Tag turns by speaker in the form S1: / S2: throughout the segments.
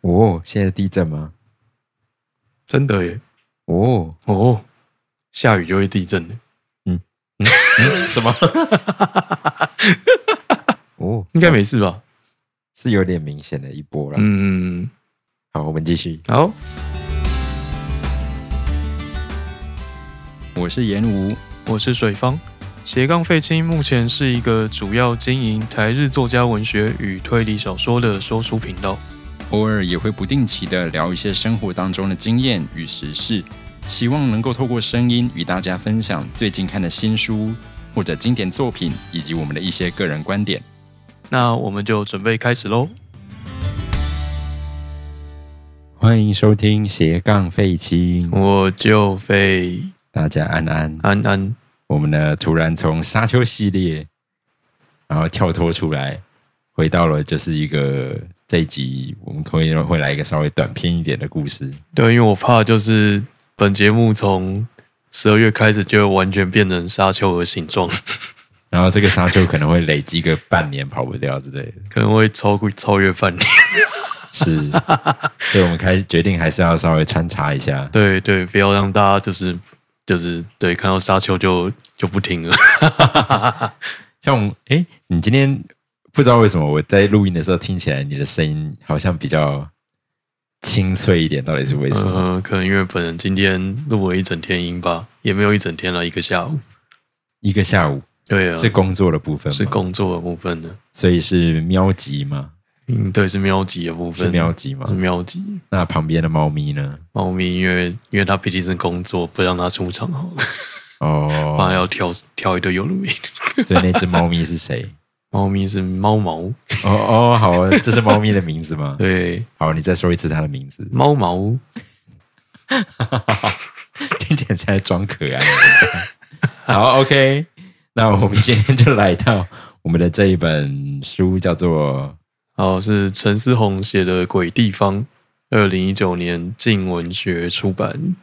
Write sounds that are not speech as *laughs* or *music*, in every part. S1: 哦，现在地震吗？
S2: 真的耶！
S1: 哦，
S2: 哦，下雨就会地震的，
S1: 什么？哦，
S2: 应该没事吧？
S1: 是有点明显的一波了。
S2: 嗯，
S1: 好，我们继续。
S2: 好，
S3: 我是严吴，
S2: 我是水方。斜杠废青目前是一个主要经营台日作家文学与推理小说的说书频道。
S3: 偶尔也会不定期的聊一些生活当中的经验与时事，期望能够透过声音与大家分享最近看的新书或者经典作品，以及我们的一些个人观点。
S2: 那我们就准备开始喽。
S1: 欢迎收听斜杠废青，
S2: 我就飞
S1: 大家安安。
S2: 安安，
S1: 我们呢，突然从沙丘系列，然后跳脱出来，回到了就是一个这一集我们可以会来一个稍微短篇一点的故事。
S2: 对，因为我怕就是本节目从十二月开始就会完全变成沙丘的形状， *laughs*
S1: 然后这个沙丘可能会累积个半年跑不掉之类的，
S2: 可能会超过超越半年。
S1: 是，
S2: *laughs*
S1: 所以我们开始决定还是要稍微穿插一下。
S2: 对对，不要让大家就是就是对看到沙丘就就不听了。
S1: 像我们，哎，你今天不知道为什么我在录音的时候听起来你的声音好像比较清脆一点，到底是为什么？
S2: *laughs* 呃，可能因为本人今天录了一整天音吧，也没有一整天了，一个下午。
S1: 一个下午
S2: 对啊，
S1: 是工作的部分
S2: 是
S1: 吗？
S2: 工作的部分的，
S1: 所以是喵集吗？
S2: 嗯，对，是喵集的部
S1: 是
S2: 分，
S1: 喵集吗
S2: 是？喵集。
S1: 那旁边的猫咪呢？
S2: 猫咪因为因为它毕竟是工作，不让它出场好了，不
S1: *laughs* 哦，
S2: 然要挑挑一堆有录音。
S1: 所以那只猫咪是谁？
S2: *laughs* 猫咪是猫毛，
S1: *laughs* 哦哦，好啊，这是猫咪的名字吗？
S2: 对，
S1: *laughs* 好，你再说一次它的名 *laughs* 字。
S2: 猫毛，
S1: 听起来在装可爱。 *laughs* 好，OK，那我们今天就来到我们的这一本书，叫做
S2: 然后哦是陈思宏写的《鬼地方》，二零一九年静文学出版。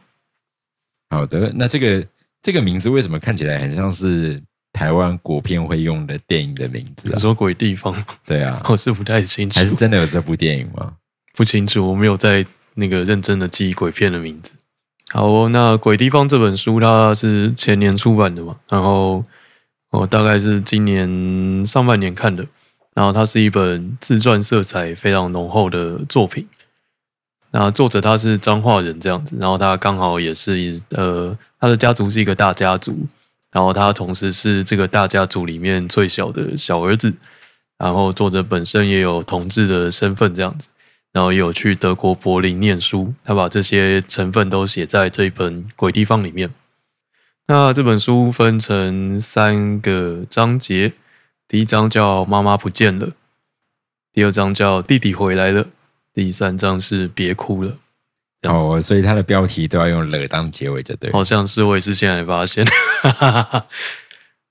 S1: “好的”。那这个这个名字为什么看起来很像是台湾国片会用的电影的名字
S2: 你
S1: 啊？
S2: 说《鬼地方》，
S1: 对
S2: *laughs*
S1: 啊，
S2: 我是不太清楚
S1: 还，是真的有这部电影吗？
S2: 不清楚，我没有在那个认真的记鬼片的名字。好哦，那《鬼地方》这本书它是前年出版的嘛，然后我大概是今年上半年看的，然后它是一本自传色彩非常浓厚的作品。那作者他是彰化人这样子，然后他刚好也是呃，他的家族是一个大家族，然后他同时是这个大家族里面最小的小儿子，然后作者本身也有同志的身份这样子。然后也有去德国柏林念书，他把这些成分都写在这一本《鬼地方》里面。那这本书分成三个章节，第一章叫“妈妈不见了”，第二章叫“弟弟回来了”，第三章是“别哭了”。这样子，
S1: 哦，所以它的标题都要用“了”当结尾，就对了。
S2: 好像是我也是现在才发现。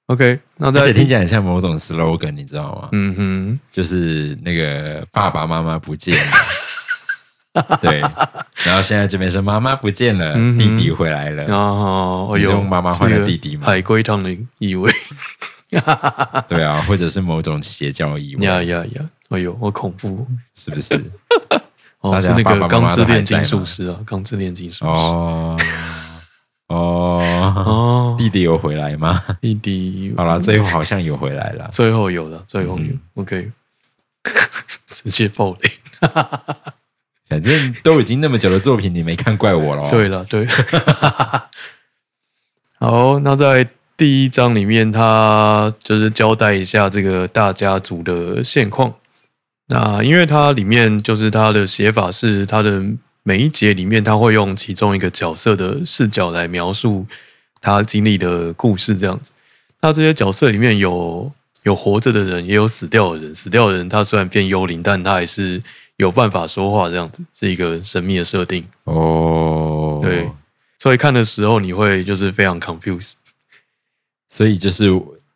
S2: OK，那
S1: 而
S2: 在
S1: 且听起来很像某种 slogan，你知道吗？
S2: 啊嗯哼，
S1: 就是那个爸爸妈妈不见了，
S2: *laughs*
S1: 对，然后现在这边是妈妈不见了，
S2: 嗯哼
S1: 弟弟回来了，
S2: 然后哎
S1: 你
S2: 呦
S1: 是用妈妈换了弟弟吗
S2: 这个海龟汤的意味。 *laughs*
S1: 对啊，或者是某种邪教意味，
S2: 呀呀呀！哎呦，好恐怖
S1: 是不是？
S2: 哦！
S1: 大
S2: 哦
S1: 家
S2: 是那
S1: 爸
S2: 个
S1: 爸
S2: 《
S1: 妈
S2: 钢
S1: 妈
S2: 之
S1: 都还
S2: 炼
S1: 在
S2: 金
S1: 吗
S2: 术师》啊，《钢之炼金术师》
S1: 哦哦，
S2: 哦，
S1: 弟弟有回来吗？
S2: *laughs* 弟弟，
S1: 好了，最后好像有回来了。
S2: 最后有了，最后有
S1: 嗯
S2: OK，直接爆雷。
S1: 反正都已经那么久的作品，你没看怪我了。哦
S2: 对，了，对。 *laughs* 好，那在第一章里面，他就是交代一下这个大家族的现况。那因为它里面就是它的写法是它的每一节里面，他会用其中一个角色的视角来描述他经历的故事，这样子。那这些角色里面有有活着的人，也有死掉的人。死掉的人他虽然变幽灵，但他还是有办法说话，这样子是一个神秘的设定。
S1: 哦，
S2: 对，所以看的时候你会就是非常 confused。
S1: 所以就是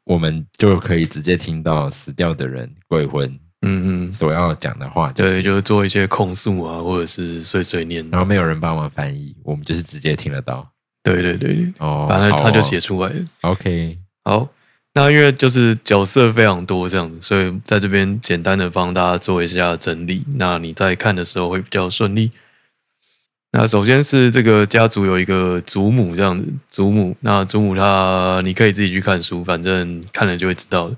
S1: 我们就可以直接听到死掉的人鬼魂
S2: 嗯嗯，
S1: 所要讲的话，就是哦
S2: 对，就是做一些控诉啊，或者是碎碎念。
S1: 然后没有人帮忙翻译，我们就是直接听得到。
S2: 对对对对，
S1: 哦，
S2: 反正
S1: 好哦
S2: 他就写出来了。
S1: OK，
S2: 好，那因为就是角色非常多这样子，所以在这边简单的帮大家做一下整理。那你在看的时候会比较顺利。那首先是这个家族有一个祖母这样子，祖母那祖母她你可以自己去看书，反正看了就会知道的。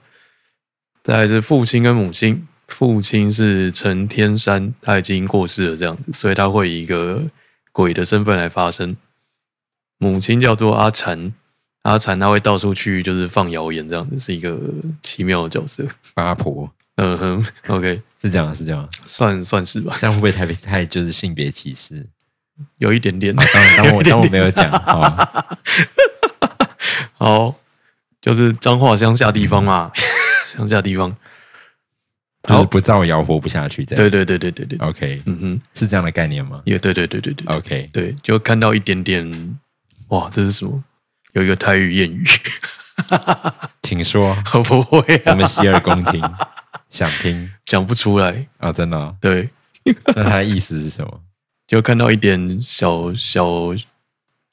S2: 再来是父亲跟母亲，父亲是陈天山，他已经过世了这样子，所以他会以一个鬼的身份来发生。母亲叫做阿禅，阿禅他会到处去就是放谣言这样子，是一个奇妙的角色。
S1: 八婆
S2: 嗯哼，OK，
S1: 是这样啊，是这样啊，
S2: 算算是吧，
S1: 这样会不会太太就是性别歧视？
S2: *laughs* 有一点点。
S1: 当当我当我没有
S2: *laughs*
S1: 讲，哦，
S2: 好，就是彰化乡下地方嘛，乡下地方。
S1: 就是不造谣活不下去，这样
S2: 对对对对对对，
S1: OK
S2: 嗯哼，
S1: 是这样的概念吗
S2: 也对对对对对对
S1: ？OK，
S2: 对，就看到一点点，哇，这是什么？有一个台语谚语， *laughs*
S1: 请说，
S2: 我不会
S1: 我
S2: 啊，
S1: 们洗耳恭听，想听
S2: 讲不出来。
S1: 啊、真的哦、
S2: 对，
S1: 那它的意思是什么？
S2: 就看到一点小小，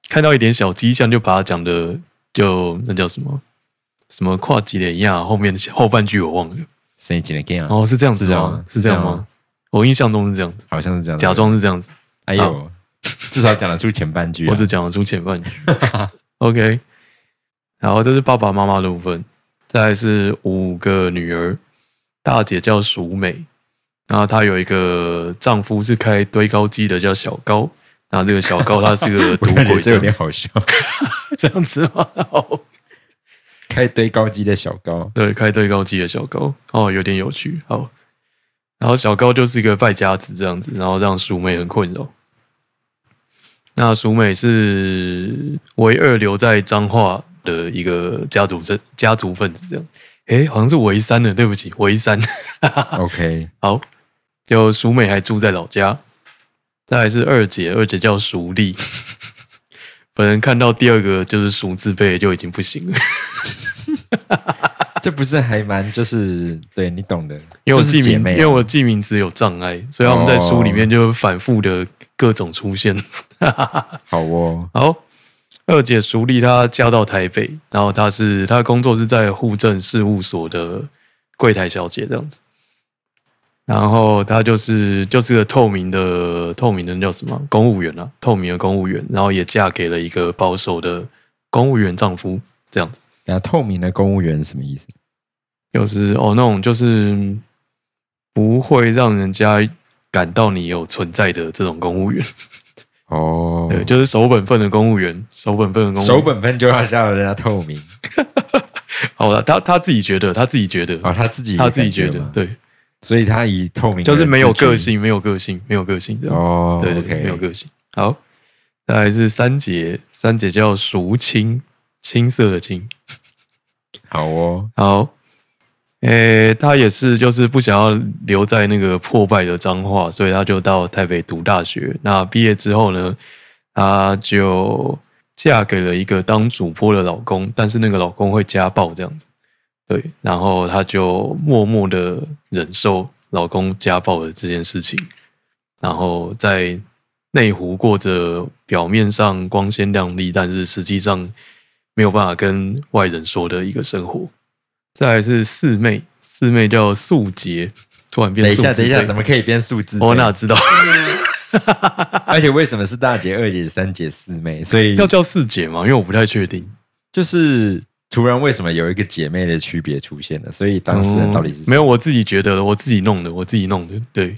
S2: 看到一点小迹象，就把它讲的就那叫什么什么跨几点亚，后面后半句我忘了。
S1: 谁进的啊 g a
S2: 哦，是这样
S1: 是
S2: 子
S1: 这样
S2: 吗
S1: 吗？
S2: 是这样
S1: 是这样
S2: 吗
S1: 吗？
S2: 我印象中是这样子，
S1: 好像是这样。
S2: 假，装是这样子。
S1: 哎呦，至少讲得出前半句、啊。
S2: 我只讲得出前半 *laughs* 句。OK，然后这是爸爸妈妈的部分，再来是五个女儿，大姐叫淑美，然后她有一个丈夫是开堆高机的，叫小高。然后这个小高他是 *laughs* 个
S1: 我
S2: 赌
S1: 感觉
S2: 鬼，
S1: 这
S2: 这
S1: 有点
S2: 样
S1: 好笑，
S2: *laughs* 这样子吗？好
S1: 开堆高机的小高，
S2: 对，开对高机的小高，哦，有点有趣。好，然后小高就是一个败家子这样子，然后让淑美很困扰。那淑美是唯二留在彰化的一个家族这家族分子，这样，诶，好像是唯三的，对不起，唯三。 *laughs*
S1: *laughs* OK，
S2: 好，就淑美还住在老家，再来是二姐，二姐叫淑丽。 *laughs* 本人看到第二个就是“淑”字辈就已经不行了，
S1: 这不是还蛮就是对你懂的，
S2: 因为我
S1: 就是
S2: 记
S1: 姐
S2: 名，
S1: 妹啊、哦
S2: 因为我记名字有障碍，所以他们在书里面就反复的各种出现。
S1: 好哦，
S2: 好，二姐淑丽她嫁到台北，然后她是她的工作是在户政事务所的柜台小姐这样子。然后她就是就是个透明的透明的叫什么公务员啊，透明的公务员，然后也嫁给了一个保守的公务员丈夫这样子。
S1: 那透明的公务员是什么意思？
S2: 就是哦，那种就是不会让人家感到你有存在的这种公务员，
S1: 哦，
S2: 对，就是守本分的公务员，守本分的公务员。
S1: 守本分就要叫人家透明
S2: 好了，他他自己觉得，他自己觉得，
S1: 哦，他自己
S2: 他自己觉
S1: 觉
S2: 得
S1: 嘛，
S2: 对，
S1: 所以他以透明
S2: 就是没有个
S1: 人自居
S2: 性，没有个性，没有个性这样子。
S1: 哦
S2: 对对对没有
S1: ，OK，
S2: 个性。好，再来是三姐，三姐叫淑青，青色的青。
S1: 好哦，
S2: 好，诶、他也是，就是不想要留在那个破败的彰化，所以他就到台北读大学。那毕业之后呢，她就嫁给了一个当主播的老公，但是那个老公会家暴这样子，对，然后她就默默的忍受老公家暴的这件事情，然后在内湖过着表面上光鲜亮丽，但是实际上没有办法跟外人说的一个生活。再来是四妹，四妹叫素洁，突然变
S1: 等一
S2: 素
S1: 下，
S2: 字哦
S1: 等一下，
S2: 辈
S1: 怎么可以变数字？
S2: 我
S1: *laughs*
S2: 哪知道 *laughs*
S1: 而且为什么是大姐、二姐、三姐、四妹？所以
S2: 要叫四姐吗？因为我不太确定。
S1: 就是突然为什么有一个姐妹的区别出现了？所以当事人到底是、
S2: 嗯没有？我自己觉得，我自己弄的，我自己弄的，对，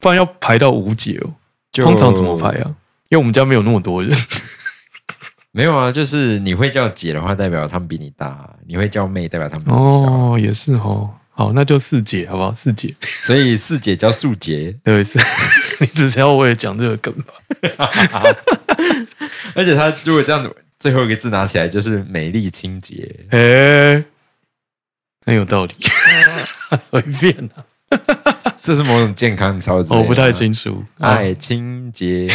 S2: 不然要排到五姐哦。
S1: 就
S2: 通常怎么排？啊？因为我们家没有那么
S1: *laughs*
S2: 多人，
S1: 没有啊，就是你会叫姐的话，代表她们比你大；你会叫妹，代表她们比你小。
S2: 哦，也是哦。好，那就四姐，好不好？四姐，
S1: 所以四姐叫素姐，
S2: 对，是， *laughs* 你只是要为了讲这个梗吧？
S1: *laughs* 而且她如果这样子，最后一个字拿起来就是美丽清洁。
S2: 哎、很有道理， *laughs* 随便啊，
S1: 这是某种健康操之类的
S2: 哦我
S1: 吗
S2: 不太。清楚。哎，
S1: 爱清洁，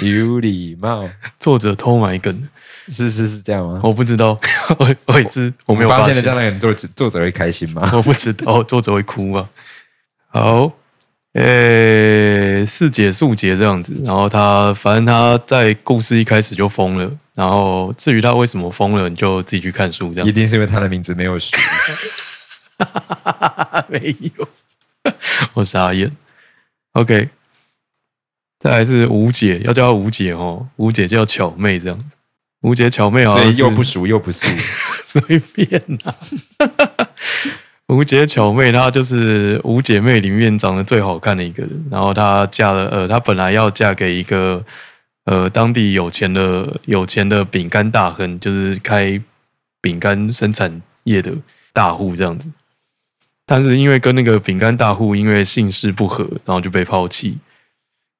S1: 有礼貌，
S2: 作者偷埋梗，
S1: 是是是这样吗？
S2: 我不知道， *laughs* 我我也是，哦我没有
S1: 发
S2: 发
S1: 现了
S2: 现
S1: 这样的人，作者作者会开心吗？
S2: 我不知道，作者会哭啊。好，诶、四节速节这样子。然后他反正他在故事一开始就疯了，然后至于他为什么疯了，你就自己去看书这样
S1: 一。定是因为他的名字没有输。
S2: 没有， *laughs* 我傻眼。OK，再来是吴姐，要叫她吴姐哦，吴姐叫巧妹这样子。吴姐巧妹好
S1: 所
S2: 像
S1: 以
S2: 是
S1: 又不熟又不素，
S2: 随便啦、吴姐巧妹她就是五姐妹里面长得最好看的一个人，然后她嫁了呃，她本来要嫁给一个呃当地有钱的有钱的饼干大亨，就是开饼干生产业的大户这样子。但是因为跟那个饼干大户因为姓氏不合，然后就被抛弃。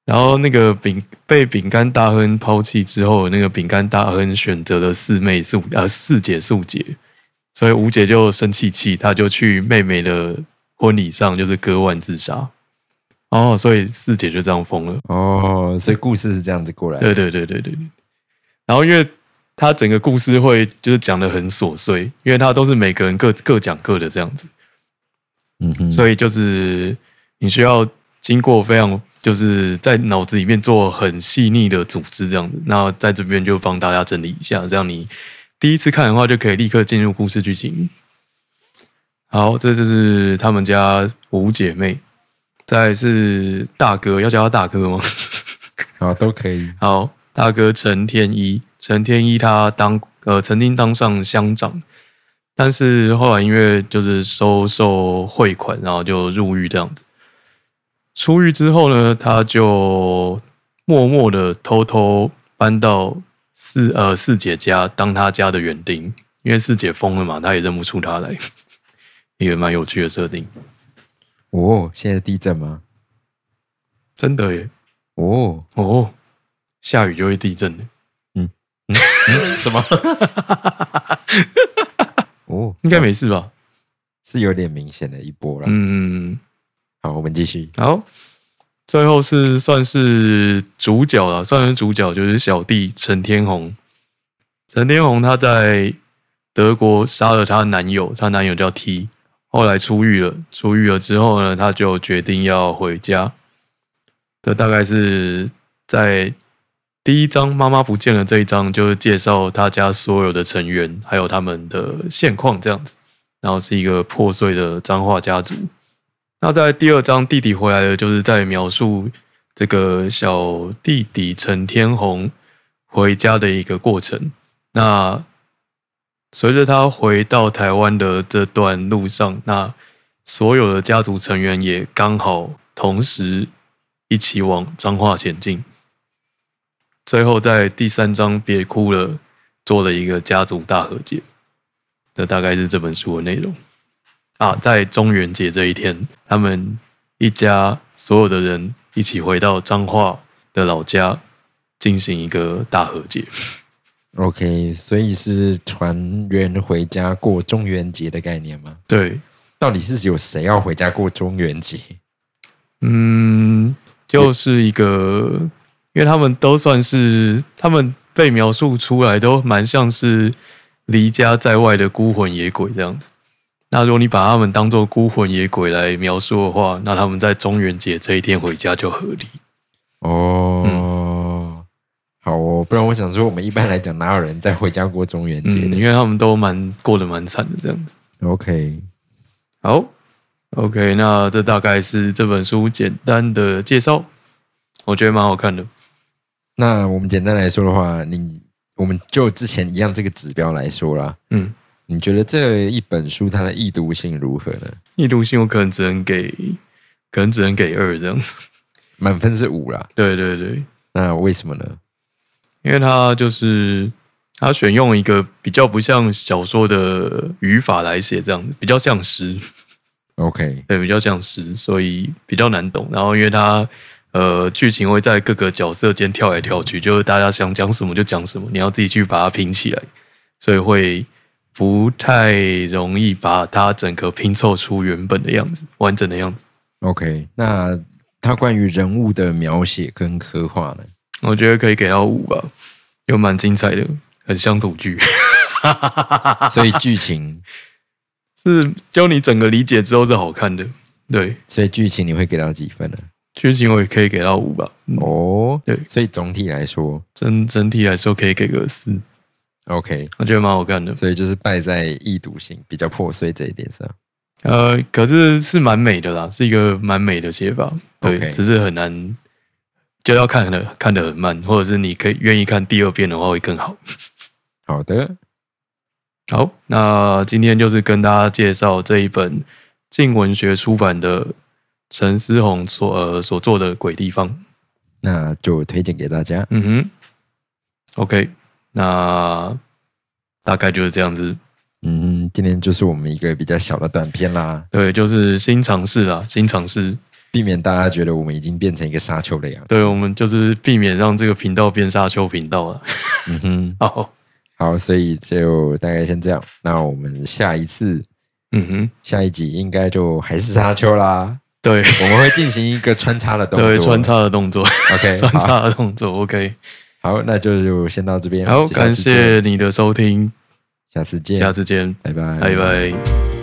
S2: 然后那个饼被饼干大亨抛弃之后，那个饼干大亨选择了四妹素呃四姐素姐，所以吴姐就生气气，她就去妹妹的婚礼上就是割腕自杀。哦，所以四姐就这样疯了。
S1: 哦，所以故事是这样子过来的。
S2: 对对对对对。对然后因为他整个故事会就是讲的很琐碎，因为他都是每个人各各讲各的这样子，
S1: 嗯哼，
S2: 所以就是你需要经过非常就是在脑子里面做很细腻的组织这样子。那在这边就帮大家整理一下，这样你第一次看的话就可以立刻进入故事剧情。好，这就是他们家五姐妹，再来是大哥，要叫他大哥吗？
S1: 好都可以。
S2: 好，大哥陈天一，陈天一他当呃曾经当上乡长，但是后来因为就是收受贿款，然后就入狱这样子。出狱之后呢，他就默默的偷偷搬到四呃四姐家当他家的园丁，因为四姐疯了嘛，他也认不出他来， *laughs* 也蛮有趣的设定，
S1: 哦，现在地震吗？
S2: 真的耶！
S1: 哦，
S2: 哦，下雨就会地震的， *laughs*
S1: 什么？ *laughs* 哦，
S2: 应该没事吧？
S1: 是有点明显的一波了。
S2: 嗯。
S1: 好，我们继续。
S2: 好，最后是算是主角了，算是主角就是小弟陈天红。陈天红他在德国杀了她男友，她男友叫 T，后来出狱了。出狱了之后呢，他就决定要回家。这大概是在第一章《妈妈不见了》这一章，就是介绍他家所有的成员，还有他们的现况这样子。然后是一个破碎的彰化家族。那在第二章弟弟回来了，就是在描述这个小弟弟陈天红回家的一个过程。那随着他回到台湾的这段路上，那所有的家族成员也刚好同时一起往彰化前进。最后在第三章别哭了，做了一个家族大和解。这大概是这本书的内容。啊，在中元节这一天，他们一家所有的人一起回到彰化的老家，进行一个大和解。
S1: OK，所以是团圆回家过中元节的概念吗？
S2: 对，
S1: 到底是有谁要回家过中元节？
S2: 嗯，就是一个，因为他们都算是他们被描述出来都蛮像是离家在外的孤魂野鬼这样子。那如果你把他们当做孤魂野鬼来描述的话，那他们在中元节这一天回家就合理。
S1: 哦，
S2: 嗯
S1: 好哦，不然我想说，我们一般来讲哪有人在回家过中元节
S2: 嗯，
S1: 的、
S2: 因为他们都蛮过得蛮惨的这样子。
S1: o k
S2: 好，OK，那这大概是这本书简单的介绍，我觉得蛮好看的。
S1: 那我们简单来说的话，你我们就之前一样这个指标来说啦，
S2: 嗯，
S1: 你觉得这一本书它的易读性如何呢？
S2: 易读性我可能只能给，可能只能给二这样子。 *laughs*
S1: 满分是五啦，
S2: 对对对，
S1: 那为什么呢？
S2: 因为它就是它选用一个比较不像小说的语法来写，这样子比较像诗。
S1: OK，
S2: 对，比较像诗，所以比较难懂。然后因为它呃剧情会在各个角色间跳来跳去，就是大家想讲什么就讲什么，你要自己去把它拼起来，所以会不太容易把它整个拼凑出原本的样子，完整的样子。
S1: OK，那它关于人物的描写跟刻画 *laughs* 呢？
S2: 我觉得可以给到五吧，又蛮精彩的，很乡土剧。 *laughs*
S1: 所以剧情
S2: 是，就你整个理解之后是好看的，对，
S1: 所以剧情你会给到几分呢、
S2: 剧情我也可以给到五吧。哦，
S1: 哦，
S2: 对
S1: 所以总体来说
S2: 整整体来说可以给个四，
S1: ，OK，
S2: 我觉得蛮好看的。
S1: 所以就是败在易读性比较破碎这一点上。
S2: 呃，可是是蛮美的啦，是一个蛮美的写法。对
S1: OK
S2: 只是很难，就要看的看的很慢，或者是你可以愿意看第二遍的话会更好。
S1: 好的，
S2: 好，那今天就是跟大家介绍这一本静文学出版的陈思宏所呃所做的《鬼地方》。
S1: 那就推荐给大家。
S2: 嗯哼，OK，那大概就是这样子。
S1: 嗯，今天就是我们一个比较小的短片啦，
S2: 对，就是新尝试啦，新尝试。
S1: 避免大家觉得我们已经变成一个沙丘了样子。
S2: 对我们就是避免让这个频道变沙丘频道了。
S1: 嗯哼，
S2: *laughs* 好，
S1: 好，所以就大概先这样。那我们下一次
S2: 嗯哼，
S1: 下一集应该就还是沙丘
S2: *laughs*
S1: 啦，
S2: 对
S1: 我们会进行一个穿插的动作，
S2: 对，穿插的动作，
S1: OK，
S2: *laughs* 穿
S1: 好，哎
S2: 插的动作，OK。
S1: 好，那就就先到这边，
S2: 好，
S1: 就下
S2: 感
S1: 次见，
S2: 谢你的收听，
S1: 下次见，
S2: 下次见，
S1: 哎拜拜，
S2: 拜拜。